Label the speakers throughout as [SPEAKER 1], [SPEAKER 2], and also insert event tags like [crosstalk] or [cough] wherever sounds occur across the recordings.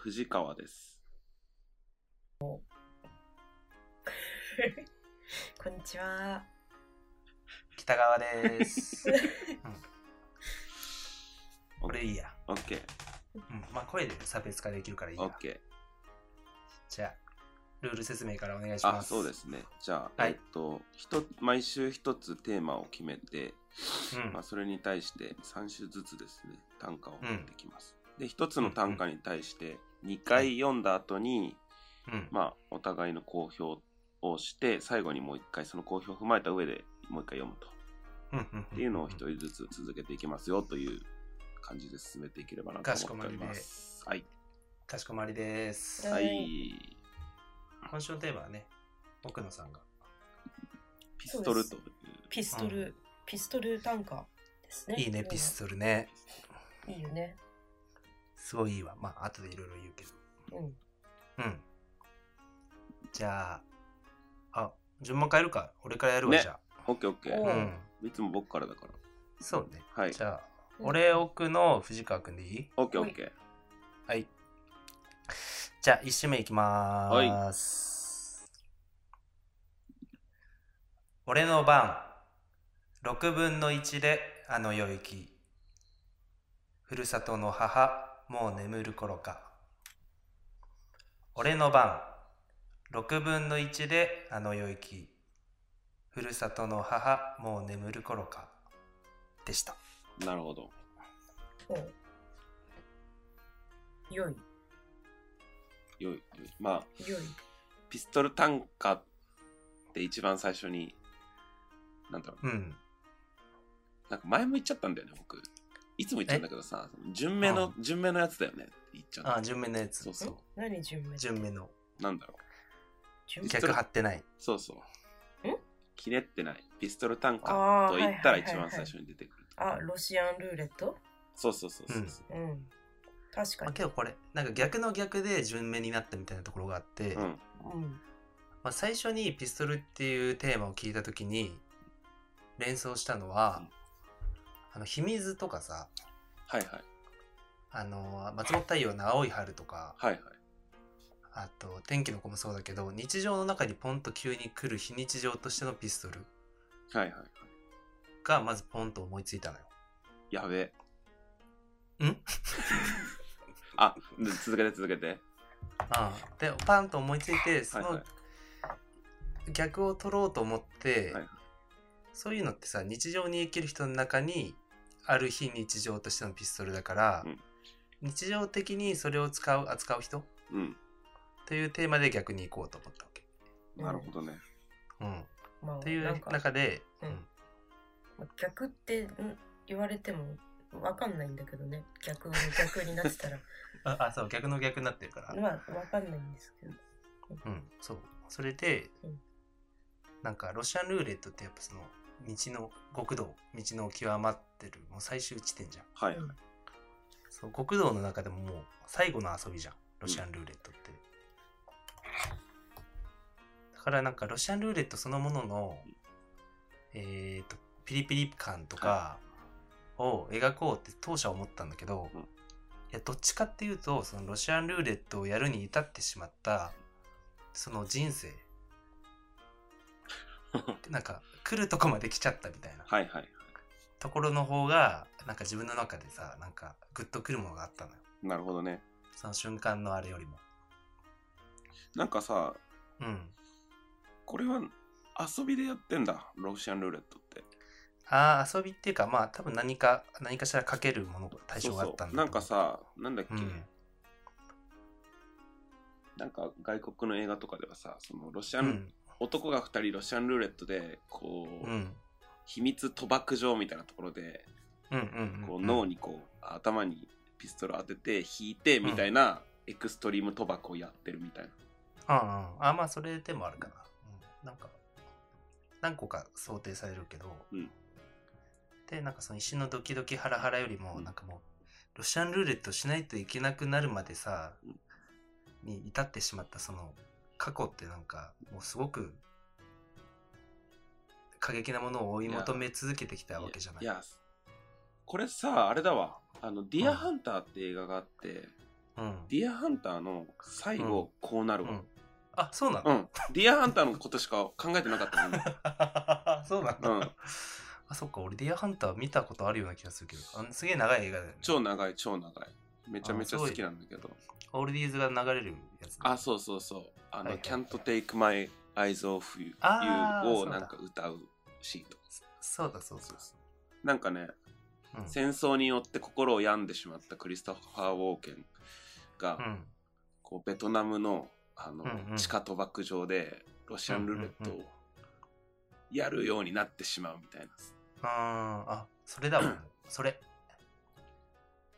[SPEAKER 1] 藤川です。
[SPEAKER 2] こんにちは。
[SPEAKER 3] 北川
[SPEAKER 2] [laughs]
[SPEAKER 3] です。
[SPEAKER 1] オ
[SPEAKER 3] これいいや。
[SPEAKER 1] ッケー、
[SPEAKER 3] うん、まあ声で差別化できるからいい
[SPEAKER 1] オ
[SPEAKER 3] や
[SPEAKER 1] ッ。ケ
[SPEAKER 3] じゃあ、ルール説明からお願いし
[SPEAKER 1] ー。
[SPEAKER 3] ま
[SPEAKER 1] あ、
[SPEAKER 3] す。
[SPEAKER 1] そうですね。じゃあ、
[SPEAKER 3] はい
[SPEAKER 1] えっと、ひと毎週一つテーマを決めて、
[SPEAKER 3] うん
[SPEAKER 1] まあ、それに対して3週ずつですね、短歌を
[SPEAKER 3] うん
[SPEAKER 1] 持ってきます。で、一つの短歌に対して2回読んだ後に、
[SPEAKER 3] うん。
[SPEAKER 1] まあ、お互いの好評をして、最後にもう一回その好評を踏まえた上でもう一回読むと。
[SPEAKER 3] うんうんん
[SPEAKER 1] っていうのを一人ずつ続けていきますよという感じで進めていければなと思っております。はい。
[SPEAKER 3] かしこまりです。
[SPEAKER 2] は
[SPEAKER 1] はいい。
[SPEAKER 3] 今週のテーマはね、奥野さんが。
[SPEAKER 1] ピストルという。
[SPEAKER 2] ピストル、
[SPEAKER 3] うん
[SPEAKER 2] ピストル短歌ですね。
[SPEAKER 3] いいね、ピストルね。
[SPEAKER 2] ル。いいよね。
[SPEAKER 3] すごいいいわ。まあ、後でいろいろ言うけど。
[SPEAKER 2] うん。
[SPEAKER 3] うん。じゃあ、あ、順番変えるか。俺からやるわ、
[SPEAKER 1] ね
[SPEAKER 3] じゃ
[SPEAKER 1] オッケーオッケ
[SPEAKER 2] お
[SPEAKER 3] あ。
[SPEAKER 2] う
[SPEAKER 1] ー。
[SPEAKER 3] うん。
[SPEAKER 1] いつも僕からだから。
[SPEAKER 3] そうね。
[SPEAKER 1] はい。
[SPEAKER 3] じゃあ、
[SPEAKER 2] うん
[SPEAKER 3] 俺奥の藤川くんでいい
[SPEAKER 1] オッケーオッケー。
[SPEAKER 3] はい。じゃあ、一首目いきまーす。俺の番、6分の1であの世行き。ふるさとの母、もう眠る頃か。俺の番、6分の1であの世行き。ふるさとの母、もう眠る頃か。でした。
[SPEAKER 1] なるほど。
[SPEAKER 2] おう良い、
[SPEAKER 1] よい。よいまあ、
[SPEAKER 2] 良い。
[SPEAKER 1] ピストル短歌って一番最初に、なんだろう。
[SPEAKER 3] うん。
[SPEAKER 1] なんか前も言っちゃったんだよね、僕。いつも言っちゃうんだけどさ、順目の、順目のやつだよねって言っちゃった。
[SPEAKER 3] あ、順目のやつ
[SPEAKER 1] そう。そう。
[SPEAKER 2] 何順目
[SPEAKER 3] 順目の。
[SPEAKER 1] なんだろう。
[SPEAKER 2] 順目
[SPEAKER 1] ピスト
[SPEAKER 3] 逆
[SPEAKER 1] ル
[SPEAKER 3] 張ってない。
[SPEAKER 1] そうそう。
[SPEAKER 2] ん
[SPEAKER 1] ひねってない。ピストル短歌
[SPEAKER 2] ああ、
[SPEAKER 1] と
[SPEAKER 2] はいは
[SPEAKER 1] 言
[SPEAKER 2] い
[SPEAKER 1] ったら
[SPEAKER 2] はい
[SPEAKER 1] 一
[SPEAKER 2] は
[SPEAKER 1] 番
[SPEAKER 2] い
[SPEAKER 1] 最初に出てくる。
[SPEAKER 2] あ、ロシアンルーレット
[SPEAKER 1] そうそうそうそうそう。
[SPEAKER 2] うん。確か
[SPEAKER 3] まあ、
[SPEAKER 2] に。
[SPEAKER 3] けどこれなんか逆の逆で順目になったみたいなところがあって、
[SPEAKER 1] うん。
[SPEAKER 3] ま
[SPEAKER 2] うん。
[SPEAKER 3] あ、最初に「ピストル」っていうテーマを聞いた時に連想したのは、あの秘密とかさ
[SPEAKER 1] はいはい。
[SPEAKER 3] あの松本太陽の「青い春」とか
[SPEAKER 1] はいはい。
[SPEAKER 3] あと「天気の子」もそうだけど日常の中にポンと急に来る非日常としてのピストル
[SPEAKER 1] はいはいはい。
[SPEAKER 3] がまずポンと思いついたのよ。
[SPEAKER 1] やべえ。
[SPEAKER 3] ん
[SPEAKER 1] [laughs] あ、で続けて続けて。
[SPEAKER 3] ああでパンと思いついてそ
[SPEAKER 1] はいは
[SPEAKER 3] の逆を取ろうと思って、
[SPEAKER 1] はいはい
[SPEAKER 3] そういうのってさ日常に生きる人の中にある非日常としてのピストルだから、
[SPEAKER 1] うん
[SPEAKER 3] 日常的にそれを使う扱う人
[SPEAKER 1] うん。
[SPEAKER 3] というテーマで逆に行こうと思ったわけ。
[SPEAKER 1] なるほどね。
[SPEAKER 3] うん、
[SPEAKER 2] まあ、
[SPEAKER 3] ってい
[SPEAKER 2] な
[SPEAKER 3] うん
[SPEAKER 2] か
[SPEAKER 3] 中で、
[SPEAKER 2] うん
[SPEAKER 3] うん
[SPEAKER 2] 逆ってん言われてもわかんないんだけどね。逆の逆になってたら。
[SPEAKER 3] ああそう逆の逆になってるから、
[SPEAKER 2] まあ、わかんないんですけど。
[SPEAKER 3] うん、そうそれで、
[SPEAKER 2] うん
[SPEAKER 3] なんかロシアンルーレットってやっぱその道の極道道の極まってるもう最終地点じゃん。
[SPEAKER 1] はいはい。
[SPEAKER 3] そう極道の中でももう最後の遊びじゃんロシアンルーレットって、だからなんかロシアンルーレットそのもののえっ、とピリピリ感とかを描こうって当初は思ったんだけど、
[SPEAKER 1] うん
[SPEAKER 3] いやどっちかっていうとそのロシアンルーレットをやるに至ってしまったその
[SPEAKER 1] [laughs]
[SPEAKER 3] 人生なんか来るとこまで来ちゃったみたいな
[SPEAKER 1] はいはい。
[SPEAKER 3] ところの方がなんか自分の中でさなんかグッとくるものがあったのよ
[SPEAKER 1] なるほどね。
[SPEAKER 3] その瞬間のあれよりも
[SPEAKER 1] なんかさ、
[SPEAKER 3] うん
[SPEAKER 1] これは遊びでやってんだ。ロシアンルーレットって。
[SPEAKER 3] ああ遊びっていうかまあ多分何か何かしらかけるものが対象があったんだと思う
[SPEAKER 1] なんかさ、なんだっけ、
[SPEAKER 3] うん
[SPEAKER 1] なんか外国の映画とかではさ、そのロシア
[SPEAKER 3] う
[SPEAKER 1] ン、
[SPEAKER 3] ん
[SPEAKER 1] 男が2人ロシアンルーレットで、こう、
[SPEAKER 3] うん
[SPEAKER 1] 秘密賭博場みたいなところで、
[SPEAKER 3] うんうん
[SPEAKER 1] こ
[SPEAKER 3] う
[SPEAKER 1] うん脳にこう、頭にピストル当てて引いてみたいな、エクストリーム賭博をやってるみたいな。
[SPEAKER 3] うんうんあまあそれでもあるかな、うん、なんか何個か想定されるけど、
[SPEAKER 1] うん
[SPEAKER 3] でなんかその石のドキドキハラハラよりも、
[SPEAKER 1] うん
[SPEAKER 3] なんかもうロシアンルーレットしないといけなくなるまでさ、に至ってしまったその過去ってなんかもうすごく過激なものを追い求め続けてきたわけじゃない
[SPEAKER 1] いや、これさ、あれだわ。あの、ディアハンターって映画があって、
[SPEAKER 3] うん。
[SPEAKER 1] ディアハンターの最後、こうなるわ。
[SPEAKER 3] あ、そうな
[SPEAKER 1] うん
[SPEAKER 3] の、
[SPEAKER 1] うん。ディアハンターのことしか考えてなかったもんね。
[SPEAKER 3] [laughs] そうなんだ。
[SPEAKER 1] うん
[SPEAKER 3] あ、そっか、俺、ディアハンター見たことあるような気がするけど、あのすげえ長い映画だよね。
[SPEAKER 1] [laughs] 超長い、超長い。めちゃめちゃ好きなんだけど。
[SPEAKER 3] オールディーズが流れるやつね、
[SPEAKER 1] あ、そうそうそう。あの、
[SPEAKER 3] はいはい
[SPEAKER 1] Can't Take My Eyes Off You
[SPEAKER 3] あー
[SPEAKER 1] を
[SPEAKER 3] そう
[SPEAKER 1] な
[SPEAKER 3] だ
[SPEAKER 1] んか歌うシーンとか。
[SPEAKER 3] そうだそうだ。
[SPEAKER 1] なんかね、
[SPEAKER 3] うん。
[SPEAKER 1] 戦争によって心を病んでしまったクリストファー・ウォーケンが、
[SPEAKER 3] うん。
[SPEAKER 1] こうベトナムのあの、
[SPEAKER 3] うんうん
[SPEAKER 1] 地下賭博場でロシアンルーレットをやるようになってしまうみたいな。
[SPEAKER 3] あーあ、それだもん。それ。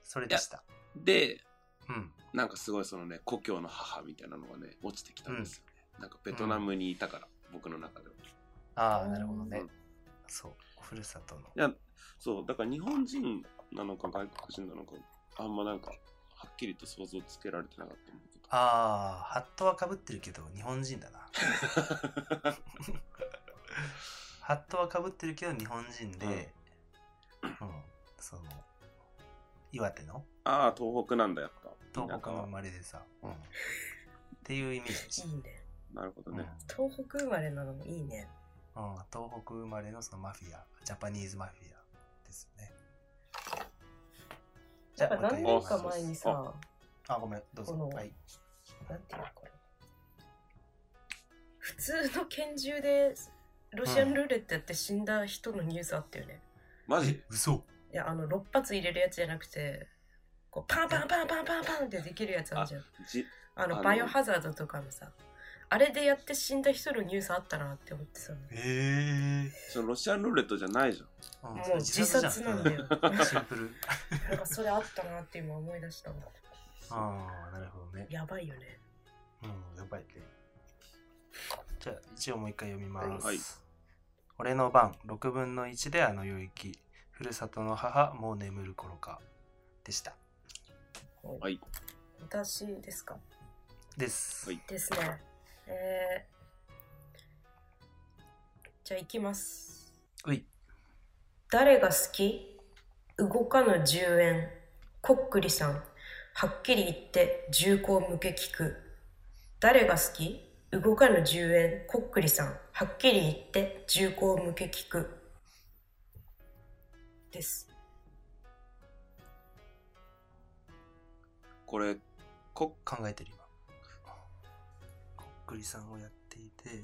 [SPEAKER 3] それでした。
[SPEAKER 1] で、
[SPEAKER 3] うん。
[SPEAKER 1] なんかすごいそのね、故郷の母みたいなのがね、落ちてきたんですよね。なんかベトナムにいたから、僕の中では。
[SPEAKER 3] ああ、なるほど
[SPEAKER 1] う
[SPEAKER 3] ね
[SPEAKER 1] ん。
[SPEAKER 3] そう。ふるさとの。
[SPEAKER 1] いや、そう、だから日本人なのか外国人なのか、あんまなんか、はっきりと想像つけられてなかったんだけど。
[SPEAKER 3] ああ、ハットはかぶってるけど、日本人だな。ハットはかぶってるけど、日本人で、うん、その、岩手の
[SPEAKER 1] [laughs] ああ、東北なんだ、やっぱ。
[SPEAKER 3] 東
[SPEAKER 1] 田
[SPEAKER 3] 北
[SPEAKER 1] 舎
[SPEAKER 3] の
[SPEAKER 1] は
[SPEAKER 3] 生まれでさ、うん、っていうイメージでし
[SPEAKER 2] いいね。
[SPEAKER 1] なるほど
[SPEAKER 3] た、
[SPEAKER 1] ね。
[SPEAKER 2] 東北生まれなのもいいね。
[SPEAKER 3] うんうん東北生まれのそのマフィア、ジャパニーズマフィアですよね。じ
[SPEAKER 2] な
[SPEAKER 3] ゃ
[SPEAKER 2] ん
[SPEAKER 3] あ
[SPEAKER 2] か何
[SPEAKER 1] もう
[SPEAKER 2] 年
[SPEAKER 1] 一
[SPEAKER 2] か
[SPEAKER 1] 回
[SPEAKER 2] 前にさ、
[SPEAKER 3] あ、ごめん、どう
[SPEAKER 2] こ
[SPEAKER 3] ぞ
[SPEAKER 2] の。
[SPEAKER 3] はい。
[SPEAKER 2] なんていうのこれ。普通の拳銃でロシアンルーレットやって死んだ人のニュースあったよね。
[SPEAKER 1] マジ
[SPEAKER 3] 嘘
[SPEAKER 2] いや、あの、6発入れるやつじゃなくて、こうパンパンパンパンパンパンってできるやつあるじゃん。
[SPEAKER 1] じ
[SPEAKER 2] あ
[SPEAKER 1] あ
[SPEAKER 2] の、
[SPEAKER 1] の
[SPEAKER 2] バイオハザードとかのさ、あれでやって死んだ人のニュースあったなって思ってさ、も
[SPEAKER 3] ええ
[SPEAKER 1] そのロシアンルーレットじゃないじゃん。
[SPEAKER 3] ー。ん
[SPEAKER 2] う自殺なんだ。よ。
[SPEAKER 3] うんシンプル。
[SPEAKER 2] なんかそれあったなって今思い出したの。
[SPEAKER 3] ああ、なるほどね。
[SPEAKER 2] やばいよね。
[SPEAKER 3] うん、やばいね。じゃあ、一応もう一回読みます。
[SPEAKER 1] はい
[SPEAKER 3] 俺の番、6分の1であの領域。ふるさとの母、もう眠る頃か。でした。
[SPEAKER 1] はい。
[SPEAKER 2] 私ですか
[SPEAKER 3] です。
[SPEAKER 1] はい
[SPEAKER 2] ですね。えー、じゃあ行きます。
[SPEAKER 3] うい。
[SPEAKER 2] 誰が好き動かぬ10円。こっくりさん。はっきり言って銃口向け聞く。誰が好き動かぬ10円。こっくりさん。はっきり言って銃口向け聞く。です。
[SPEAKER 1] これ、こ
[SPEAKER 3] 考えてる今。こっくりさんをやっていて、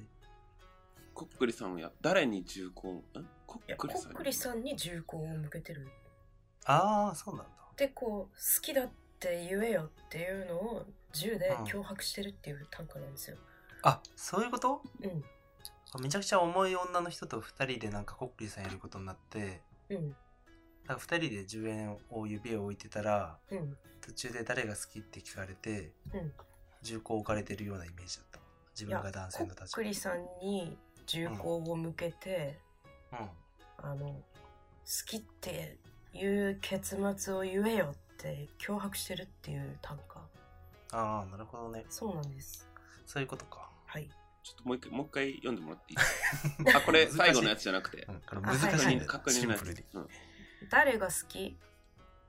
[SPEAKER 1] こっくりさんをや、誰に銃口んこっ
[SPEAKER 2] いや、
[SPEAKER 1] く
[SPEAKER 2] こ
[SPEAKER 1] りさん
[SPEAKER 2] っくりさんに銃口を向けてる。
[SPEAKER 3] ああ、そうなんだ。
[SPEAKER 2] で、こう、好きだって言えよっていうのを銃で脅迫してるっていう短歌なんですよ。
[SPEAKER 3] あ、そういうこと
[SPEAKER 2] うん。
[SPEAKER 3] めちゃくちゃ重い女の人と2人でなんかこっくりさんやることになって、
[SPEAKER 2] うん。
[SPEAKER 3] なんか2人で10円を指を置いてたら、
[SPEAKER 2] うん。
[SPEAKER 3] 途中で誰が好きって聞かれて、
[SPEAKER 2] うん
[SPEAKER 3] 銃口を置かれてるようなイメージだった自分が男性の立
[SPEAKER 2] こ
[SPEAKER 3] 場
[SPEAKER 2] っくりさんに銃口を向けて、
[SPEAKER 3] うん
[SPEAKER 2] あの好きっていう結末を言えよって脅迫してるっていう短歌
[SPEAKER 3] ああなるほどね
[SPEAKER 2] そうなんです
[SPEAKER 3] そういうことか、
[SPEAKER 2] はい
[SPEAKER 1] ちょっともう一回、もう一回読んでもらっていいあ、これ
[SPEAKER 3] [laughs] 難しい
[SPEAKER 1] 最後のやつじゃなくて
[SPEAKER 3] う。ん、これ
[SPEAKER 2] あ
[SPEAKER 3] 難
[SPEAKER 1] 確
[SPEAKER 3] しい
[SPEAKER 1] 認、
[SPEAKER 3] んだよ
[SPEAKER 1] 確
[SPEAKER 3] シ
[SPEAKER 1] 認
[SPEAKER 3] ン
[SPEAKER 1] のや
[SPEAKER 3] プル
[SPEAKER 1] つ
[SPEAKER 3] に。
[SPEAKER 1] うん
[SPEAKER 2] 誰が好き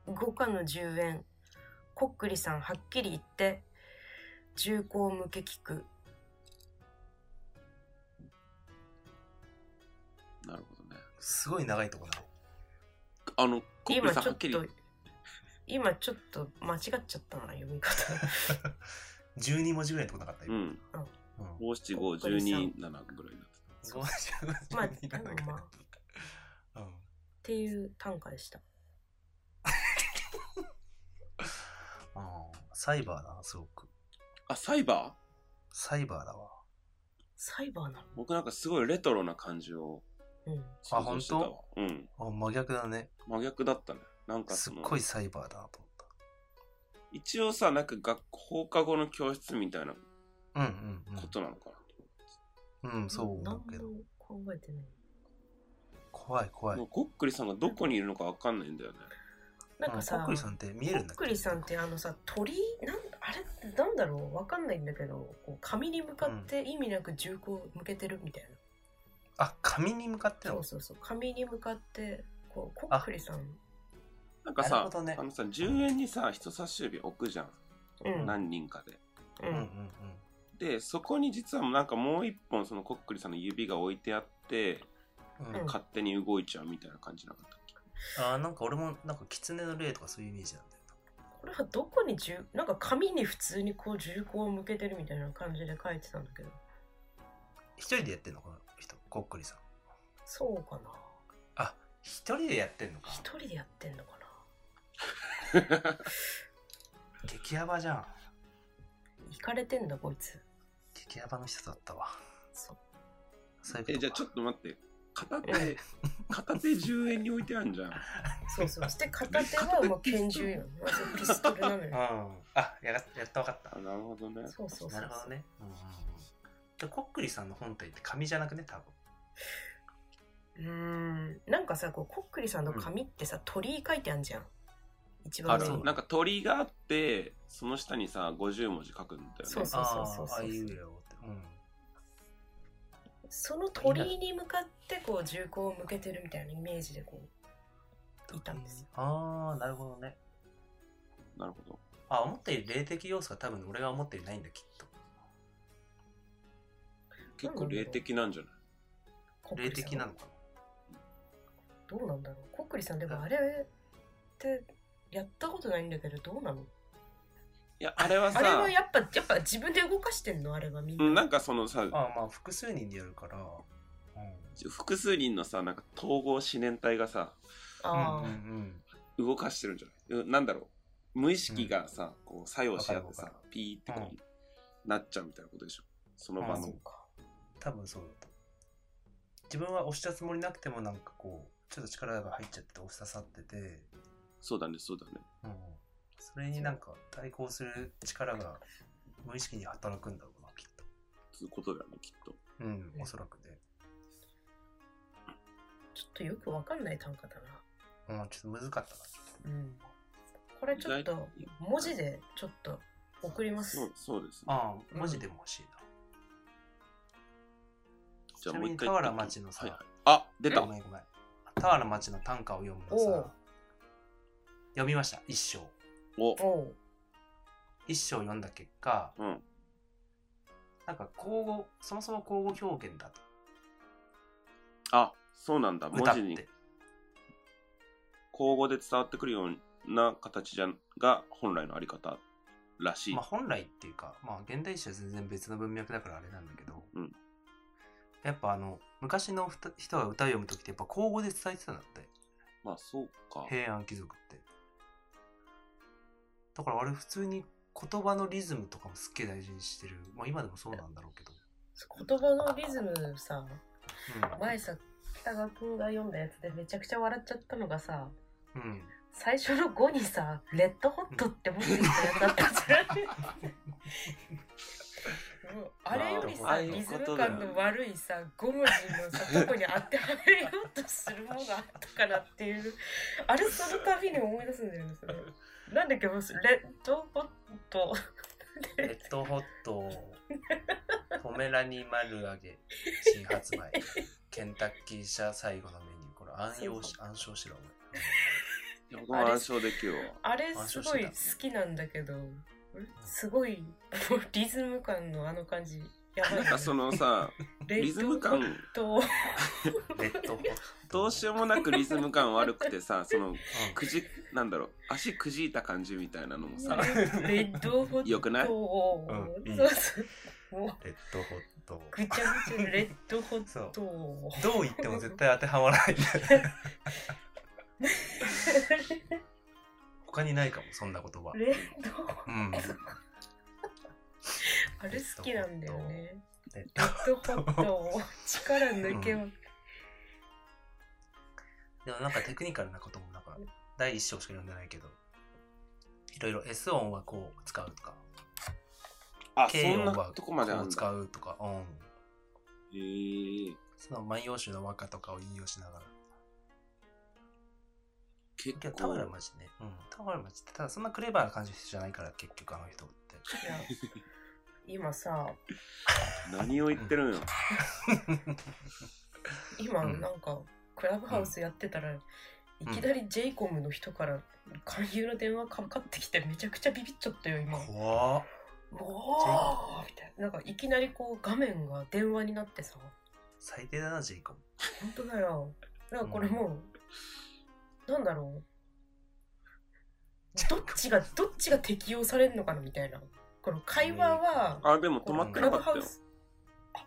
[SPEAKER 2] 動かぬ10円こっくりさんはっきり言って銃口を向け聞く
[SPEAKER 1] なるほどね。
[SPEAKER 3] すごい長いとこだ
[SPEAKER 1] あの、こっくり
[SPEAKER 2] 今
[SPEAKER 1] さん
[SPEAKER 2] ち
[SPEAKER 1] は
[SPEAKER 2] ょっ
[SPEAKER 1] っきり言
[SPEAKER 2] と
[SPEAKER 1] って。
[SPEAKER 2] 今ちょっと間違っちゃったな読み方
[SPEAKER 3] [laughs] 12文字ぐらいのとこなかった
[SPEAKER 1] う
[SPEAKER 3] 今、
[SPEAKER 1] ん。
[SPEAKER 3] うん
[SPEAKER 1] 五七五十二七ぐらいになってた。
[SPEAKER 3] すごい
[SPEAKER 1] [laughs]
[SPEAKER 2] まあ
[SPEAKER 3] 12がなんか
[SPEAKER 2] ま
[SPEAKER 3] うん
[SPEAKER 2] っていう短歌でした
[SPEAKER 3] あーサイバーだなすごく
[SPEAKER 1] あ、サイバー
[SPEAKER 3] サイバーだわ
[SPEAKER 2] サイバーな
[SPEAKER 1] 僕なんかすごいレトロな感じを
[SPEAKER 2] のうん
[SPEAKER 1] 想像してたわ。うん。
[SPEAKER 3] あ真逆だね
[SPEAKER 1] 真逆だったね。なんか
[SPEAKER 3] す
[SPEAKER 1] そ
[SPEAKER 3] っ
[SPEAKER 1] の、
[SPEAKER 3] ごいサイバーだなと思っ
[SPEAKER 1] 一応さ、なんか学校放課後の教室みたいな
[SPEAKER 3] たうんうん
[SPEAKER 1] ことなのか
[SPEAKER 3] うん、うん、そう
[SPEAKER 2] 何も
[SPEAKER 3] 思うけど
[SPEAKER 2] 考えてない
[SPEAKER 3] 怖い怖
[SPEAKER 1] な。
[SPEAKER 3] い
[SPEAKER 1] もうごっくりさんがどこにいるのかわかんないんだよね。
[SPEAKER 2] なんか
[SPEAKER 3] あ
[SPEAKER 2] さ
[SPEAKER 3] こっくりさんって見え
[SPEAKER 2] こ
[SPEAKER 3] るん
[SPEAKER 2] っ
[SPEAKER 3] だっ
[SPEAKER 2] く
[SPEAKER 3] け
[SPEAKER 2] りさんってあのさ鳥なんあれなんだろうわかんないんだけどこう紙に向かって意味なく銃口を向けてるみたいな、
[SPEAKER 3] あ紙に向かって
[SPEAKER 2] そ
[SPEAKER 3] の
[SPEAKER 2] うそうそう紙に向かってこうこ
[SPEAKER 3] あ
[SPEAKER 2] っくりさん
[SPEAKER 1] なんか
[SPEAKER 3] なる
[SPEAKER 1] さ
[SPEAKER 3] ほ、どね
[SPEAKER 1] あのさ、10円にさ、人差し指置くじゃん。
[SPEAKER 2] うん。
[SPEAKER 1] 何人かで。
[SPEAKER 2] う
[SPEAKER 3] うんうん
[SPEAKER 2] ん。
[SPEAKER 3] うん
[SPEAKER 1] で、そこに実はなんかもう一本そのコックリさんの指が置いてあって、
[SPEAKER 3] うん
[SPEAKER 1] 勝手に動いちゃうみたいな感じなかったっけ
[SPEAKER 3] あーなんか俺もなんか狐の霊とかそういうイメージなんだよ
[SPEAKER 2] これはどこに銃、なんか紙に普通にこう銃口を向けてるみたいな感じで書いてたんだけど。
[SPEAKER 3] な一人でやってんのこの人こっくりさん
[SPEAKER 2] そうかな。
[SPEAKER 3] あ一人でやってんのか
[SPEAKER 2] 一人でやってんのかな。
[SPEAKER 3] 激ヤバじゃん
[SPEAKER 2] 行かれてんだ、こい
[SPEAKER 3] [laughs]
[SPEAKER 2] つ。
[SPEAKER 3] 激ヤバの人だったわ
[SPEAKER 2] そう。
[SPEAKER 3] そういうこと
[SPEAKER 1] え、
[SPEAKER 3] か
[SPEAKER 1] じゃあちょっと待って。片手、 [laughs] 片手10円に置いてあんじゃん。
[SPEAKER 2] そうそう。そして片手はもう拳銃よ。まずピストルなの
[SPEAKER 3] うん
[SPEAKER 2] よ。
[SPEAKER 3] [laughs] あやがやったわかった
[SPEAKER 1] あなるほどね。
[SPEAKER 2] そうそうそうそう。
[SPEAKER 3] なるほどねうんうんうんでこっくりさんの本体って紙じゃなくね多分
[SPEAKER 2] うーん。なんかさ、こう、コックリさんの紙ってさ、鳥居書いてあんじゃん。一
[SPEAKER 1] あ
[SPEAKER 2] 番
[SPEAKER 1] る
[SPEAKER 2] 上
[SPEAKER 3] そう
[SPEAKER 2] に。
[SPEAKER 1] なんか鳥居があって、その下にさ、50文字書くんだよね。
[SPEAKER 2] そうそう
[SPEAKER 3] あ
[SPEAKER 2] そうそう
[SPEAKER 3] ーあいうえおってうん
[SPEAKER 2] その鳥居に向かってこう銃口を向けてるみたいなイメージでこういたんですよ。
[SPEAKER 3] ああなるほどね
[SPEAKER 1] なるほど。
[SPEAKER 3] あ思ったより霊的要素は多分俺が思ったよりないんだきっと
[SPEAKER 1] 結構霊的なんじゃない
[SPEAKER 3] 霊的なのか
[SPEAKER 2] コックリさんはどうなんだろうコックリさんでもあれってやったことないんだけどどうなの
[SPEAKER 1] いや、あれは
[SPEAKER 2] あれ
[SPEAKER 1] さ
[SPEAKER 2] は、やっぱやっぱ自分で動かしてんのあれはみんな。
[SPEAKER 1] うんなんかそのさ、
[SPEAKER 3] なあーまあ複数人でやるから
[SPEAKER 1] 複数人のさ、なんか統合思念体がさ、
[SPEAKER 2] あ
[SPEAKER 3] うんう
[SPEAKER 2] ー
[SPEAKER 3] ん
[SPEAKER 1] 動かしてるんじゃないうんなんだろう無意識がさ、こう作用し合って
[SPEAKER 3] わ
[SPEAKER 1] さ
[SPEAKER 3] かるわか
[SPEAKER 1] ピーってこう、
[SPEAKER 3] うん
[SPEAKER 1] なっちゃうみたいなことでしょその
[SPEAKER 3] あ
[SPEAKER 1] 場
[SPEAKER 2] あ
[SPEAKER 1] の、
[SPEAKER 2] そ
[SPEAKER 3] ん
[SPEAKER 2] うか。
[SPEAKER 3] 多分そうだと自分は押したつもりなくてもなんかこうちょっと力が入っちゃってて押し刺さってて、
[SPEAKER 1] そうだねそうだね
[SPEAKER 3] うん、それになんか対抗する力が無意識に働くんだろうなきっと
[SPEAKER 1] そういうことだよねきっと
[SPEAKER 3] うんおそらくね、
[SPEAKER 2] ちょっとよくわかんない単価だな。
[SPEAKER 3] うん、ちょっと難かったな
[SPEAKER 2] うん。これちょっと文字でちょっと送ります。
[SPEAKER 1] そうそうですね
[SPEAKER 3] あ
[SPEAKER 2] う
[SPEAKER 3] あ
[SPEAKER 2] ん
[SPEAKER 3] 文字でも欲しいな、
[SPEAKER 1] じ
[SPEAKER 3] ちなみ
[SPEAKER 1] 言
[SPEAKER 3] に
[SPEAKER 1] って
[SPEAKER 3] 俵町のさ
[SPEAKER 1] はいはいあ出た
[SPEAKER 3] ごめんごめん。田原町の短歌を読むの
[SPEAKER 2] おう
[SPEAKER 3] さ、読みました、一章。
[SPEAKER 1] お
[SPEAKER 2] おう
[SPEAKER 3] 一章読んだ結果、
[SPEAKER 1] うん
[SPEAKER 3] なんか交互、そもそも交互表現だと。
[SPEAKER 1] あそうなんだ文
[SPEAKER 3] 歌っ
[SPEAKER 1] 字に
[SPEAKER 3] て。
[SPEAKER 1] 口語で伝わってくるような形じゃが本来のあり方らしい、
[SPEAKER 3] まあ本来っていうか、まあ現代史は全然別の文脈だからあれなんだけど、
[SPEAKER 1] うん
[SPEAKER 3] やっぱあの、昔のふた人が歌を読むときってやっぱ交互で伝えてたんだって。
[SPEAKER 1] まあそうか
[SPEAKER 3] 平安貴族って。だからあれ普通に言葉のリズムとかもすっげえ大事にしてる。まあ今でもそうなんだろうけど。
[SPEAKER 2] 言葉のリズムさ、
[SPEAKER 3] うん
[SPEAKER 2] 前さ北川君が読んだやつでめちゃくちゃ笑っちゃったのがさ
[SPEAKER 3] うん。
[SPEAKER 2] 最初の5にさ「レッドホット」って文字入れたやつだったじゃんもうあれより
[SPEAKER 1] あ
[SPEAKER 2] さ
[SPEAKER 1] あいう
[SPEAKER 2] リズ
[SPEAKER 1] こと
[SPEAKER 2] ム
[SPEAKER 1] だよ
[SPEAKER 2] 感の悪いさ5文字のさとこに当てはめようとするものがあったからっていうあれその度に思い出すんだよねそれなんだっけもうレッドホット
[SPEAKER 3] レッドホット、ポメラニ丸揚げ、新発売、ケンタッキー社最後のメニュー、これ暗用し暗唱しろ、
[SPEAKER 1] いや僕も暗唱できるわ
[SPEAKER 2] あれすごい好きなんだけどすごいもうリズム感のあの感じやばい
[SPEAKER 1] なんかその
[SPEAKER 3] [laughs]
[SPEAKER 1] さ
[SPEAKER 2] レッド
[SPEAKER 1] リズム感
[SPEAKER 2] と
[SPEAKER 3] 俺レッドホット。
[SPEAKER 1] どうしようもなくリズム感悪くてさその
[SPEAKER 3] うん
[SPEAKER 1] くじなんだろう足くじいた感じみたいなのもさ
[SPEAKER 2] レッドホット
[SPEAKER 1] よくない
[SPEAKER 3] うん
[SPEAKER 2] そうそうもう
[SPEAKER 3] レッドホット。
[SPEAKER 2] ぐちゃぐちゃレッドホット
[SPEAKER 3] どう言っても絶対当てはまらないんだ [laughs] よね。他にないかも、そんな言葉。
[SPEAKER 2] レッド
[SPEAKER 3] うん。レ
[SPEAKER 2] あれ好きなんだよね
[SPEAKER 3] ッ
[SPEAKER 2] レッドホット力抜け
[SPEAKER 3] う
[SPEAKER 2] も
[SPEAKER 3] でもなんかテクニカルなことも、なんか、第一章しか読んでないけど、いろいろ S 音はこう使うとか、
[SPEAKER 1] あそ
[SPEAKER 3] K
[SPEAKER 1] ん
[SPEAKER 3] 音
[SPEAKER 1] な
[SPEAKER 3] は
[SPEAKER 1] と
[SPEAKER 3] こ
[SPEAKER 1] こまである
[SPEAKER 3] うん使
[SPEAKER 1] だ
[SPEAKER 3] うとか、うん。
[SPEAKER 1] へえ
[SPEAKER 3] その万葉集の和歌とかを引用しながら。
[SPEAKER 1] 結
[SPEAKER 3] けど、田
[SPEAKER 1] 構
[SPEAKER 3] 原町ね。うん。田原町って、ただそんなクレバーな感じの人じゃないから、結局あの人っ
[SPEAKER 1] [laughs]
[SPEAKER 2] い
[SPEAKER 3] て。
[SPEAKER 2] や今さ
[SPEAKER 1] 何を言ってるんよ
[SPEAKER 2] 今
[SPEAKER 3] うん
[SPEAKER 2] なんかクラブハウスやってたらいきなり j イコムの人から勧誘の電話かかってきてめちゃくちゃビビっちゃったよ今
[SPEAKER 3] 怖っ
[SPEAKER 2] うおーみたいななんかいきなりこう画面が電話になってさ
[SPEAKER 3] 最低だなジェイコブ
[SPEAKER 2] 本当だよだからこれもう、なんだろうどっちがどっちが適用されるのかなみたいなこの会話は
[SPEAKER 1] あ、でも止まって
[SPEAKER 2] ク
[SPEAKER 1] なか
[SPEAKER 2] ラブ
[SPEAKER 1] った
[SPEAKER 2] ハ
[SPEAKER 1] よ
[SPEAKER 2] ウ。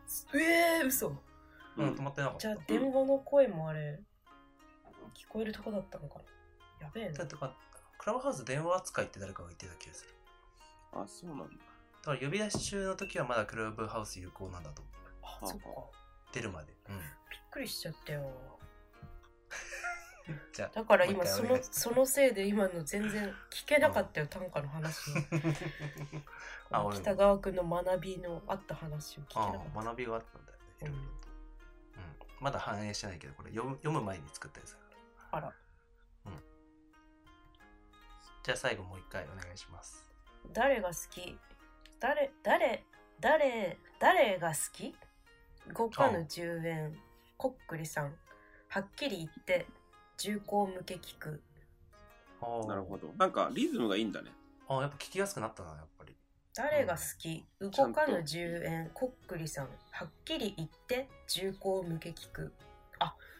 [SPEAKER 2] スあええー、嘘
[SPEAKER 1] う
[SPEAKER 3] うんん止まってなかっ
[SPEAKER 2] じゃ
[SPEAKER 3] た
[SPEAKER 2] あ電話の声もあれ聞こえるとこだったのかなやべえ
[SPEAKER 3] だっ
[SPEAKER 2] な
[SPEAKER 3] てかクラブハウス電話扱いって誰かが言ってた気がする
[SPEAKER 1] あ、そうなんだ。
[SPEAKER 3] だから呼び出し中の時はまだクラブハウス有効なんだと思う
[SPEAKER 2] あそっか
[SPEAKER 3] 出るまでうん
[SPEAKER 2] びっくりしちゃったよ
[SPEAKER 1] [laughs]
[SPEAKER 3] じゃあ
[SPEAKER 2] だから今
[SPEAKER 3] もう一
[SPEAKER 2] そ
[SPEAKER 3] 回お
[SPEAKER 2] の
[SPEAKER 3] 願いします
[SPEAKER 2] そのせいで今の全然聞けなかったよ短歌の話を
[SPEAKER 3] [laughs] あ俺も
[SPEAKER 2] 北川君の学びのあった話を聞けなか
[SPEAKER 3] あ
[SPEAKER 2] っ
[SPEAKER 3] あ学びがあったんだよねいろいろと、うん、まだ反映してないけどこれ読む読む前に作ったやつだから
[SPEAKER 2] たあら
[SPEAKER 3] じゃあ最後もう一回お願いします
[SPEAKER 2] 誰が好き誰誰誰誰が好き動かぬ10円こっくりさんはっきり言って重厚向け聞く
[SPEAKER 3] ああ
[SPEAKER 1] なるほど。なんかリズムがいいんだね。
[SPEAKER 3] ああやっぱ聞きやすくなったなやっぱり
[SPEAKER 2] 誰が好き動
[SPEAKER 1] ちゃんと
[SPEAKER 2] かぬ10円こっくりさんはっきり言って重厚向け聞く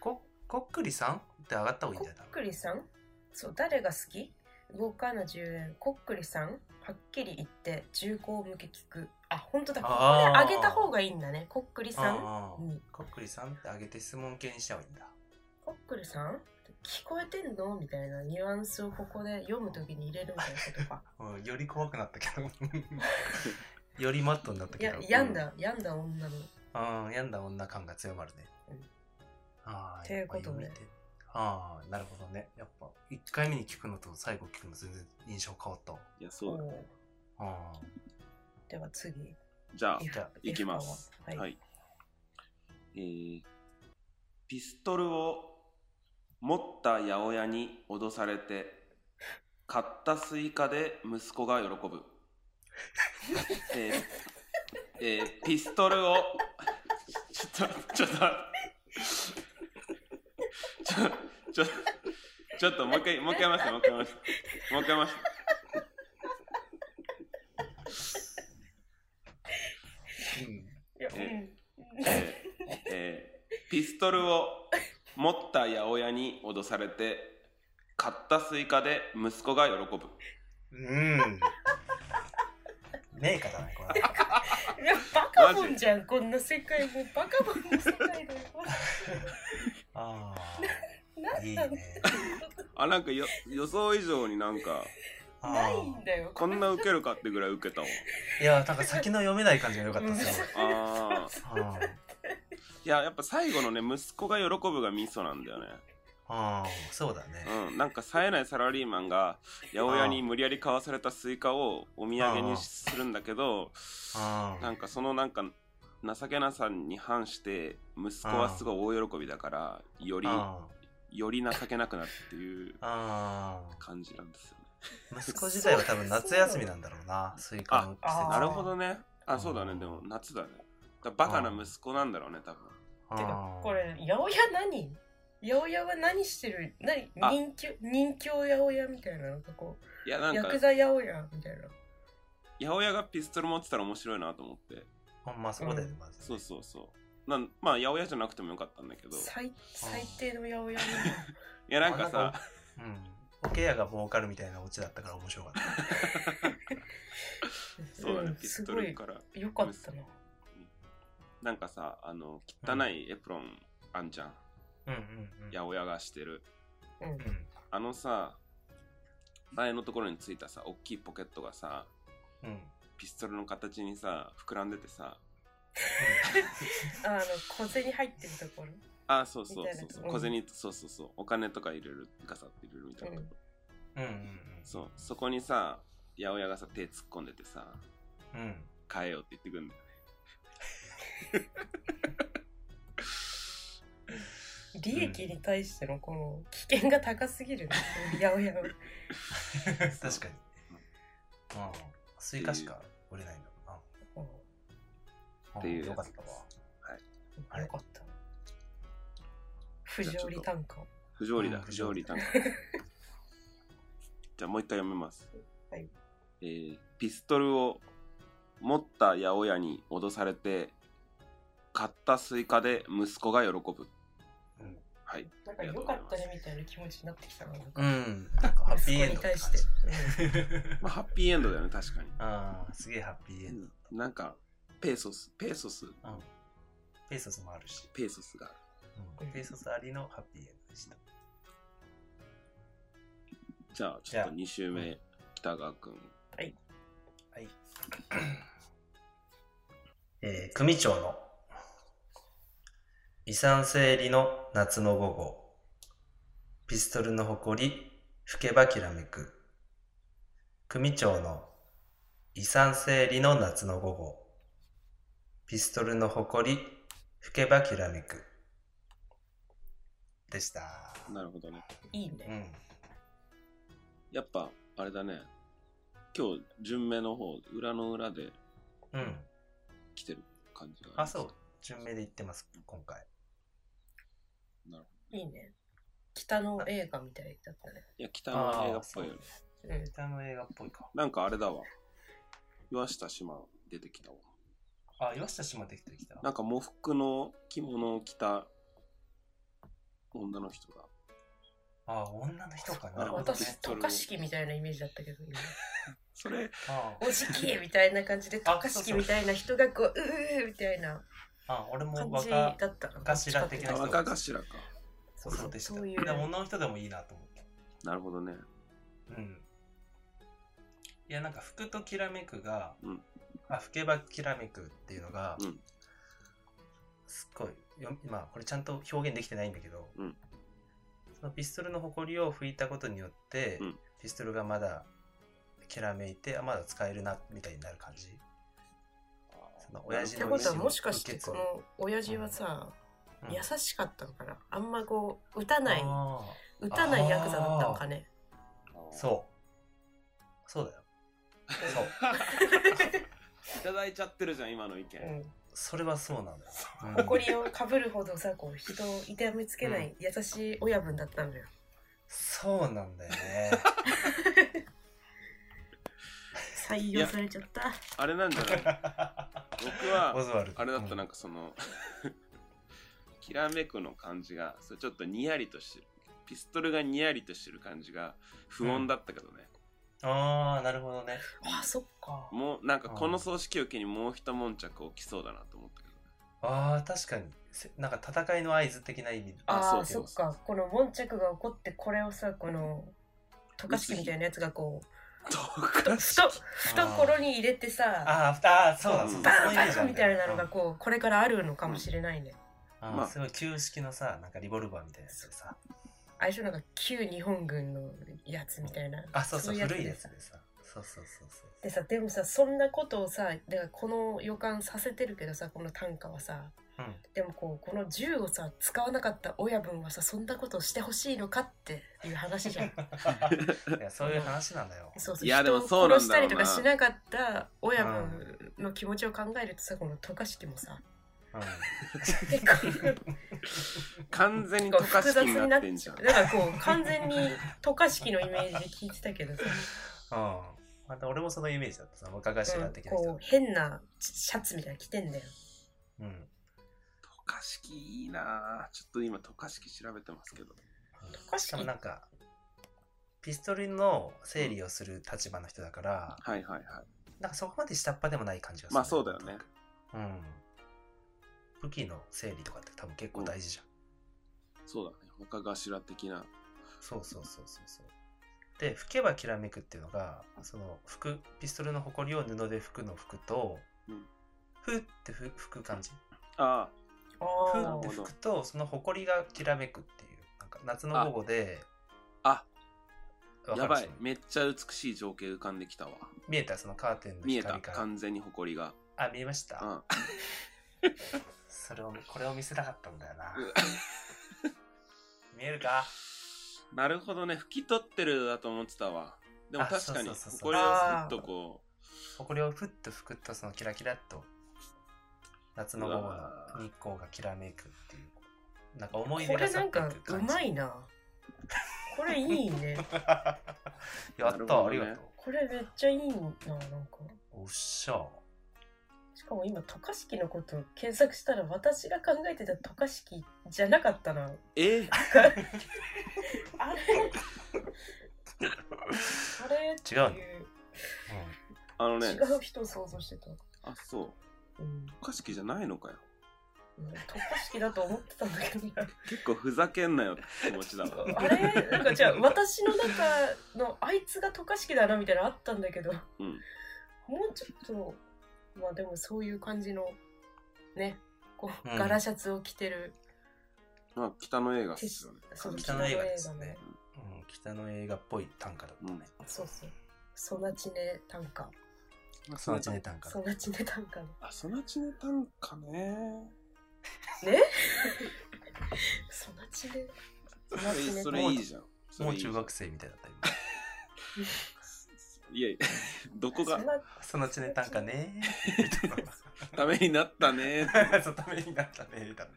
[SPEAKER 3] ここっくりさんって上がった方がい
[SPEAKER 2] こ
[SPEAKER 3] いんじゃない
[SPEAKER 2] っくりさんそう誰が好き動かぬ10円こっくりさんはっきり言って重厚向け聞くあ本当だここ
[SPEAKER 3] あー
[SPEAKER 2] で上げた方がいいんだねこっくりさん
[SPEAKER 3] ああ
[SPEAKER 2] に
[SPEAKER 3] こっくりさんって上げて質問系にした方がいいんだ
[SPEAKER 2] コックルさん聞こえてんのみたいなニュアンスをここで読むときに入れるみたいなことか。
[SPEAKER 3] うん、より怖くなったけ
[SPEAKER 2] [laughs]
[SPEAKER 3] ど [laughs] よりマット
[SPEAKER 1] [laughs]
[SPEAKER 3] になった
[SPEAKER 2] い
[SPEAKER 3] け
[SPEAKER 2] や
[SPEAKER 3] ど、
[SPEAKER 2] 病んだ、病んだ女の。
[SPEAKER 3] うんうん病んだ女感が強まるね、
[SPEAKER 2] うん
[SPEAKER 3] ああ
[SPEAKER 2] ということで
[SPEAKER 3] やっぱ読み手ああなるほどねやっぱ1回目に聞くのと最後聞くの全然印象変わったわ
[SPEAKER 1] いや、そうだね。
[SPEAKER 3] ああ
[SPEAKER 2] では次。
[SPEAKER 1] じゃあ、
[SPEAKER 3] じゃ
[SPEAKER 1] いきます。
[SPEAKER 2] はい。
[SPEAKER 1] はい。えー、ピストルを持った八百屋に脅されて、買ったスイカで息子が喜
[SPEAKER 2] [laughs]
[SPEAKER 1] ぶ。えーえーピストルを、ちょっと、ちょっと、ちょ、ちょ、ちょっと、もう一回、もう一回やりますもう一回やりますもう一回やります
[SPEAKER 3] うん
[SPEAKER 2] いや
[SPEAKER 1] ええーえーピストルを持った八百屋に脅されて買ったスイカで息子が喜ぶ
[SPEAKER 2] [laughs]
[SPEAKER 3] うんねえかだねこ
[SPEAKER 2] う
[SPEAKER 3] れ
[SPEAKER 2] んいやバカボンじゃん、こんな世界もうバカボンの世
[SPEAKER 1] [laughs]
[SPEAKER 2] 界だよ。
[SPEAKER 3] ああ
[SPEAKER 2] ない
[SPEAKER 3] い
[SPEAKER 2] んなん
[SPEAKER 3] ね
[SPEAKER 1] あなんかよ予想以上になんか
[SPEAKER 3] あ
[SPEAKER 2] な
[SPEAKER 3] あ
[SPEAKER 2] いんだよ。
[SPEAKER 1] こんなウケるかってぐらいウケ [laughs] たわ
[SPEAKER 3] いやなんか先の読めない感じが良かっ
[SPEAKER 2] [laughs]
[SPEAKER 3] たですよ
[SPEAKER 1] あー
[SPEAKER 3] あ
[SPEAKER 1] いややっぱ最後のね息子が喜ぶがミソなんだよね
[SPEAKER 3] あそうだね
[SPEAKER 1] うんなんか冴えないサラリーマンが八百屋に無理やり買わされたスイカをお土産にするんだけど
[SPEAKER 3] あ
[SPEAKER 1] なんかそのなんか情けなさに反して息子はすごい大喜びだからより
[SPEAKER 3] あ
[SPEAKER 1] より情けなくなるっていう
[SPEAKER 3] あ
[SPEAKER 1] 感じなんですよね。
[SPEAKER 3] 息子自体は多分夏休みなんだろうなスイカの季節
[SPEAKER 2] あー
[SPEAKER 1] なるほどね。
[SPEAKER 3] う
[SPEAKER 1] あ、
[SPEAKER 3] ん
[SPEAKER 1] そうだね。でも夏だね。だバカな息子なんだろうね、多分。
[SPEAKER 3] あ
[SPEAKER 2] て
[SPEAKER 3] ー
[SPEAKER 2] か、これ、八百屋何八百屋は何してる何
[SPEAKER 1] あ
[SPEAKER 2] 人気人気八百屋みたいな、なんかこ
[SPEAKER 1] いや、な
[SPEAKER 2] う、
[SPEAKER 1] ん
[SPEAKER 2] ヤ
[SPEAKER 1] か、
[SPEAKER 2] ク
[SPEAKER 1] 八
[SPEAKER 2] ザ八百屋みたいな。
[SPEAKER 1] 百屋がピストル持ってたら面白いなと思って。
[SPEAKER 3] ほんまそこだよねまずね
[SPEAKER 1] そうそうそう。なんまあ、八百屋じゃなくてもよかったんだけど。い
[SPEAKER 2] 最最低の八百屋
[SPEAKER 1] や、なんか
[SPEAKER 3] あなん
[SPEAKER 1] さ、
[SPEAKER 3] うんおケアが儲かるみたいなオチだったから面白かった
[SPEAKER 1] [laughs]
[SPEAKER 2] に。
[SPEAKER 1] そうだね
[SPEAKER 2] ん、
[SPEAKER 1] ピ
[SPEAKER 2] す
[SPEAKER 1] スト
[SPEAKER 2] ご
[SPEAKER 1] ル
[SPEAKER 2] い
[SPEAKER 1] から。
[SPEAKER 2] 良かったな。
[SPEAKER 1] なんかさ、あの、汚いエプロンあんじゃん。
[SPEAKER 3] うんうんうん
[SPEAKER 1] 八百屋がしてる。
[SPEAKER 2] うん
[SPEAKER 3] う。ん
[SPEAKER 1] あのさ、前のところについたさ、大きいポケットがさ、
[SPEAKER 3] うん
[SPEAKER 1] ピストルの形にさ、膨らんでてさ、
[SPEAKER 2] あの小銭入ってるところ。
[SPEAKER 1] あそうそうそう
[SPEAKER 2] みたい
[SPEAKER 1] そ
[SPEAKER 2] な
[SPEAKER 1] う
[SPEAKER 2] うん
[SPEAKER 1] 小銭そうそうそうお金とか入れるガサって入れるみたいな、
[SPEAKER 2] うん
[SPEAKER 3] うんうん
[SPEAKER 1] そうそこにさ八百屋がさ手突っ込んでてさ
[SPEAKER 3] うんうん
[SPEAKER 1] 変えようって言ってくんだよ
[SPEAKER 2] 利益に対してのこの危険が高すぎるね。やおや
[SPEAKER 3] [laughs]
[SPEAKER 2] お。
[SPEAKER 3] 確かにうんスイカしか売れないんだもんな
[SPEAKER 2] う
[SPEAKER 1] っていうやつ
[SPEAKER 3] よかったわ
[SPEAKER 2] んよかった。不条理単価。
[SPEAKER 1] 不条理だ、
[SPEAKER 3] うん
[SPEAKER 1] 不条理短歌。 [laughs] じゃあもう一回読みます。
[SPEAKER 2] はい
[SPEAKER 1] えーピストルを持った八百屋に脅されて、買ったスイカで息子が喜ぶ。
[SPEAKER 3] うん
[SPEAKER 1] はい。
[SPEAKER 2] なんか良かったねみたいな気持ちになってきたな。なん
[SPEAKER 3] う
[SPEAKER 2] か
[SPEAKER 3] ん。なんかハッピ
[SPEAKER 2] 息子
[SPEAKER 3] ーエン
[SPEAKER 2] に
[SPEAKER 3] ド。
[SPEAKER 2] 対して。
[SPEAKER 3] [laughs]
[SPEAKER 1] まあ、ハッピーエンドだよね、確かに。
[SPEAKER 3] ああ、すげえハッピーエンド。
[SPEAKER 1] なんか、ペーソス、ペーソス、
[SPEAKER 3] ペーソスもあるし。
[SPEAKER 1] ペーソスがある。
[SPEAKER 3] うん、ペーソスありのハッピーエンドでした。
[SPEAKER 1] じゃあ、ちょっと2周目、北川くん。
[SPEAKER 3] はい。えー組長の遺産整理の夏の午後ピストルの誇り吹けばきらめく組長の遺産整理の夏の午後ピストルの誇り吹けばきらめくでした
[SPEAKER 1] なるほどね。
[SPEAKER 2] うんいいうね。
[SPEAKER 3] ん
[SPEAKER 1] やっぱ、あれだね。今日、順目の方、裏の裏で
[SPEAKER 3] うん
[SPEAKER 1] 来てる感じが
[SPEAKER 3] あそう順目で言ってます今回
[SPEAKER 2] いいね。北の映画みたいだったね。
[SPEAKER 1] いや、北の映画っぽいよね。
[SPEAKER 2] うん。
[SPEAKER 3] 歌の映画っぽいか
[SPEAKER 1] なんかあれだわ。岩下志麻出てきたわ。
[SPEAKER 3] あ岩下島できてきた
[SPEAKER 1] なんか喪服の着物を着た女の人が。
[SPEAKER 3] ああ、女の人かな。
[SPEAKER 1] なるほどね
[SPEAKER 2] 私、渡嘉敷みたいなイメージだったけど、今
[SPEAKER 1] それ、
[SPEAKER 3] あ
[SPEAKER 2] おじきみたいな感じで、渡嘉敷みたいな人がこう、うーみたいな
[SPEAKER 3] あああ、俺も
[SPEAKER 2] 感じだ
[SPEAKER 3] 若
[SPEAKER 2] ったの。
[SPEAKER 3] 頭的な人
[SPEAKER 1] 若頭か。
[SPEAKER 2] そうそ
[SPEAKER 3] そう
[SPEAKER 2] う
[SPEAKER 3] でした。
[SPEAKER 2] そうい
[SPEAKER 3] だから
[SPEAKER 2] う。
[SPEAKER 3] 女の人でもいいなと思って。
[SPEAKER 1] なるほどね。
[SPEAKER 3] うん。いや、なんか、服ときらめくが、
[SPEAKER 1] うん
[SPEAKER 3] あ、吹けばきらめくっていうのが、
[SPEAKER 1] うん
[SPEAKER 3] すっごい、よ今、これちゃんと表現できてないんだけど、
[SPEAKER 1] うん
[SPEAKER 3] そのピストルの埃を拭いたことによって、
[SPEAKER 1] うん
[SPEAKER 3] ピストルがまだ、きらめいて、あ、まだ使えるな、みたいになる感じ。その親
[SPEAKER 2] っ
[SPEAKER 3] 父
[SPEAKER 2] て
[SPEAKER 3] の
[SPEAKER 2] ことは
[SPEAKER 3] 意思を
[SPEAKER 2] もしかし
[SPEAKER 3] 受
[SPEAKER 2] て
[SPEAKER 3] け
[SPEAKER 2] こ
[SPEAKER 3] 継ぐ
[SPEAKER 2] の親父はさ、
[SPEAKER 3] うん
[SPEAKER 2] 優しかったのかなあんまこう打たない
[SPEAKER 3] あー
[SPEAKER 2] 打たないヤクザだったのかね
[SPEAKER 1] う。
[SPEAKER 3] そう。そうだよ。そう。
[SPEAKER 1] [laughs] いただいちゃってるじゃん、今の意見。
[SPEAKER 3] それはそうなんだよ。うん
[SPEAKER 2] 誇りをかぶるほどさこう人を痛めつけない優しい親分だったんだよ、
[SPEAKER 3] そうなんだよ
[SPEAKER 1] [laughs]
[SPEAKER 3] ね。
[SPEAKER 2] 採用されちゃった
[SPEAKER 1] あれなんじゃない僕は
[SPEAKER 3] オズワルド。
[SPEAKER 1] あれだった、なん
[SPEAKER 3] か。
[SPEAKER 1] かその、 [laughs] きらめくの感じが、それちょっとにやりとしてる。ピストルがにやりとしてる感じが不穏だったけどね。
[SPEAKER 3] ああ、なるほどね。
[SPEAKER 2] あそっか
[SPEAKER 1] もう、なんかこの葬式を機にもう一悶着起きそうだなと思ったけどね。
[SPEAKER 3] ああ、確かに。せなんか戦いの合図的な意味。
[SPEAKER 1] あ
[SPEAKER 2] あ
[SPEAKER 1] そ
[SPEAKER 2] あ
[SPEAKER 1] う
[SPEAKER 2] そ
[SPEAKER 1] そう
[SPEAKER 2] っかこの悶着が起こってこれをさこの渡嘉敷みたいなやつがこう
[SPEAKER 1] そうか。
[SPEAKER 2] ふと懐に入れてさ
[SPEAKER 3] あーあー、そうだ、そうだ。
[SPEAKER 2] バ
[SPEAKER 3] そう
[SPEAKER 2] ン
[SPEAKER 3] いう
[SPEAKER 2] バ
[SPEAKER 3] 意味だ
[SPEAKER 2] ンみたいなのがこうこれからあるのかもしれないね
[SPEAKER 3] あー
[SPEAKER 1] まあ
[SPEAKER 3] すごい旧式のさ、なんかリボルバーみたいなやつでさ。
[SPEAKER 2] 相性なんか旧日本軍のやつみたいな
[SPEAKER 3] あ、そうそう、
[SPEAKER 2] いう
[SPEAKER 3] 古い
[SPEAKER 2] で
[SPEAKER 3] や
[SPEAKER 2] さ
[SPEAKER 3] つでさ。そうそうそうそう。
[SPEAKER 2] でさでもさそんなことをさだからこの予感させてるけどさこの短歌はさ
[SPEAKER 3] うん
[SPEAKER 2] でもこうこの銃をさ使わなかった親分はさそんなことをしてほしいのかっていう話じゃん
[SPEAKER 3] いやそういう話なんだよ。
[SPEAKER 2] そうそう
[SPEAKER 1] いやでも
[SPEAKER 2] 人を
[SPEAKER 1] そうなんだろうな
[SPEAKER 2] 殺したりとかしなかった親分の気持ちを考えるとさこの渡嘉敷もさ
[SPEAKER 3] うん
[SPEAKER 2] 結構
[SPEAKER 1] 完全に溶かしになってんじゃん。
[SPEAKER 2] だからこう完全に渡嘉敷のイメージで聞いてたけどさ、
[SPEAKER 3] うん。また俺もそのイメージだったさ、若
[SPEAKER 2] う
[SPEAKER 3] 頭
[SPEAKER 2] ん
[SPEAKER 3] 的な
[SPEAKER 2] こう
[SPEAKER 3] 人。
[SPEAKER 2] 変なシャツみたいなの着てんだよ
[SPEAKER 3] うん。
[SPEAKER 1] 渡嘉敷いいなぁちょっと今渡嘉敷調べてますけど。
[SPEAKER 2] 渡嘉
[SPEAKER 3] し
[SPEAKER 2] 敷
[SPEAKER 3] かもなんか、ピストルの整理をする立場の人だから、
[SPEAKER 1] はいはいはい。
[SPEAKER 3] なんかそこまで下っ端でもない感じがする。
[SPEAKER 1] まあそうだよね。
[SPEAKER 3] うん。武器の整理とかって多分結構大事じゃん。
[SPEAKER 1] そうだね。他頭的な。
[SPEAKER 3] そうそうそうそうそう。で、吹けばきらめくっていうのが、その服、ピストルの埃を布で拭くの服と、
[SPEAKER 1] うん
[SPEAKER 3] ふってふ拭く感じ。
[SPEAKER 1] あ
[SPEAKER 3] ふ
[SPEAKER 2] あ
[SPEAKER 3] って拭くと、その埃がきらめくっていう。なんか夏の午後で、
[SPEAKER 1] あ、
[SPEAKER 3] わ
[SPEAKER 1] あ、
[SPEAKER 3] か
[SPEAKER 1] や
[SPEAKER 3] る
[SPEAKER 1] ば
[SPEAKER 3] そ
[SPEAKER 1] い
[SPEAKER 3] の。
[SPEAKER 1] めっちゃ美しい情景浮かんできたわ。
[SPEAKER 3] 見えたそのカーテンの
[SPEAKER 1] 見え
[SPEAKER 3] 光か
[SPEAKER 1] た。
[SPEAKER 3] ら。
[SPEAKER 1] 完全に埃が。
[SPEAKER 3] あ、見えました。
[SPEAKER 1] うん。
[SPEAKER 3] それをこれを見せなかったんだよな
[SPEAKER 1] うわ
[SPEAKER 3] [laughs] 見えるか
[SPEAKER 1] なるほどね。拭き取ってるだと思ってたわ。でも
[SPEAKER 3] あ
[SPEAKER 1] 確かに、
[SPEAKER 3] そうそうそうそう
[SPEAKER 1] 埃をふっとこ
[SPEAKER 3] これをふっとふくっとそのキラキラっと夏の午後の日光がきらめくっていうなんか思い
[SPEAKER 2] こ
[SPEAKER 3] 出が
[SPEAKER 2] れ
[SPEAKER 3] 去
[SPEAKER 2] な
[SPEAKER 3] っ
[SPEAKER 2] ん
[SPEAKER 3] てい
[SPEAKER 2] か
[SPEAKER 3] く
[SPEAKER 2] う
[SPEAKER 3] 感じ
[SPEAKER 2] まいなこれいいね。
[SPEAKER 3] [laughs] や
[SPEAKER 1] な
[SPEAKER 3] っ
[SPEAKER 1] るほ
[SPEAKER 3] た、
[SPEAKER 1] ど
[SPEAKER 3] あり
[SPEAKER 1] ね
[SPEAKER 3] がと
[SPEAKER 2] これめっちゃいいな、なんか。
[SPEAKER 3] う。おっしゃ。
[SPEAKER 2] しかも今、渡嘉敷のこと検索したら、私が考えてた渡嘉敷じゃなかったな。
[SPEAKER 1] え
[SPEAKER 2] あれあれっていう
[SPEAKER 3] 違う
[SPEAKER 1] あの
[SPEAKER 2] 違
[SPEAKER 1] ね、
[SPEAKER 2] う人を想像してた。
[SPEAKER 1] あ、そう。
[SPEAKER 2] うん。
[SPEAKER 1] おかしきじゃないのかよ。
[SPEAKER 2] うん渡嘉敷だと思ってたんだけどな。
[SPEAKER 1] 結構ふざけんなよって気持ち
[SPEAKER 3] [laughs]
[SPEAKER 1] だわ。
[SPEAKER 2] あれなんかじゃあ私の中のあいつが渡嘉敷だなみたいなのあったんだけど、
[SPEAKER 1] うん
[SPEAKER 2] もうちょっとまあでもそういう感じのねこう、
[SPEAKER 3] うん
[SPEAKER 2] ガラシャツを着てる
[SPEAKER 1] まあ、北の映画っすよね。
[SPEAKER 2] そ
[SPEAKER 3] うん。
[SPEAKER 2] の
[SPEAKER 3] 北の映画ですね
[SPEAKER 2] 北。
[SPEAKER 3] うん、北の映画っぽい短歌だったね。
[SPEAKER 2] そうそうソナチネ短歌
[SPEAKER 3] そのうちね短歌
[SPEAKER 2] ソ。ナチネ短歌ね
[SPEAKER 1] あ、そのちね短歌ね。
[SPEAKER 2] ソナチネ
[SPEAKER 1] そ
[SPEAKER 2] そのうち
[SPEAKER 1] れ
[SPEAKER 2] ね
[SPEAKER 1] それいいじゃん。それ
[SPEAKER 3] も
[SPEAKER 1] いういじゃ
[SPEAKER 3] 中
[SPEAKER 1] ん
[SPEAKER 3] 学生みたいだった今。
[SPEAKER 1] いや
[SPEAKER 3] [laughs]
[SPEAKER 1] いや、どこが
[SPEAKER 2] ソナ
[SPEAKER 3] そのうちね短
[SPEAKER 1] [laughs]
[SPEAKER 3] 歌ね。
[SPEAKER 1] ためになったねって。
[SPEAKER 3] そうためにな [laughs] ったね。だった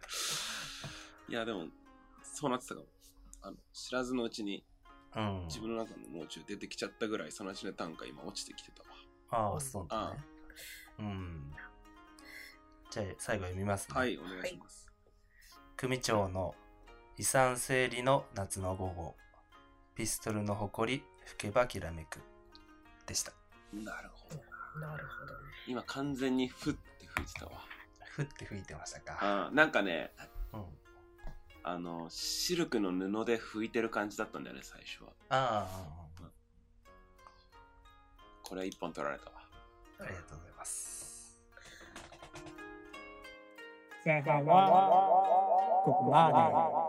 [SPEAKER 1] いや、でも、そうなってたかも。あの知らずのうちに
[SPEAKER 3] うん。
[SPEAKER 1] 自分の中のもう中出てきちゃったぐらい、そのちね短歌今落ちてきてたわ。
[SPEAKER 3] ああ、そうだね。うん。じゃあ、最後読みますね。
[SPEAKER 1] はい、お願いします。
[SPEAKER 3] 組長の遺産整理の夏の午後。ピストルの誇り、吹けばきらめく。でした。
[SPEAKER 1] なるほど。
[SPEAKER 2] なるほどね
[SPEAKER 1] 今完全にふって吹いてたわ。
[SPEAKER 3] ふって吹いてましたか。
[SPEAKER 1] あなんかね、
[SPEAKER 3] うん。
[SPEAKER 1] あの、シルクの布で拭いてる感じだったんだよね、最初は。
[SPEAKER 3] あ
[SPEAKER 1] これ一本取られたわ。
[SPEAKER 3] あ、ありがとうございます。
[SPEAKER 4] 前半はここまで。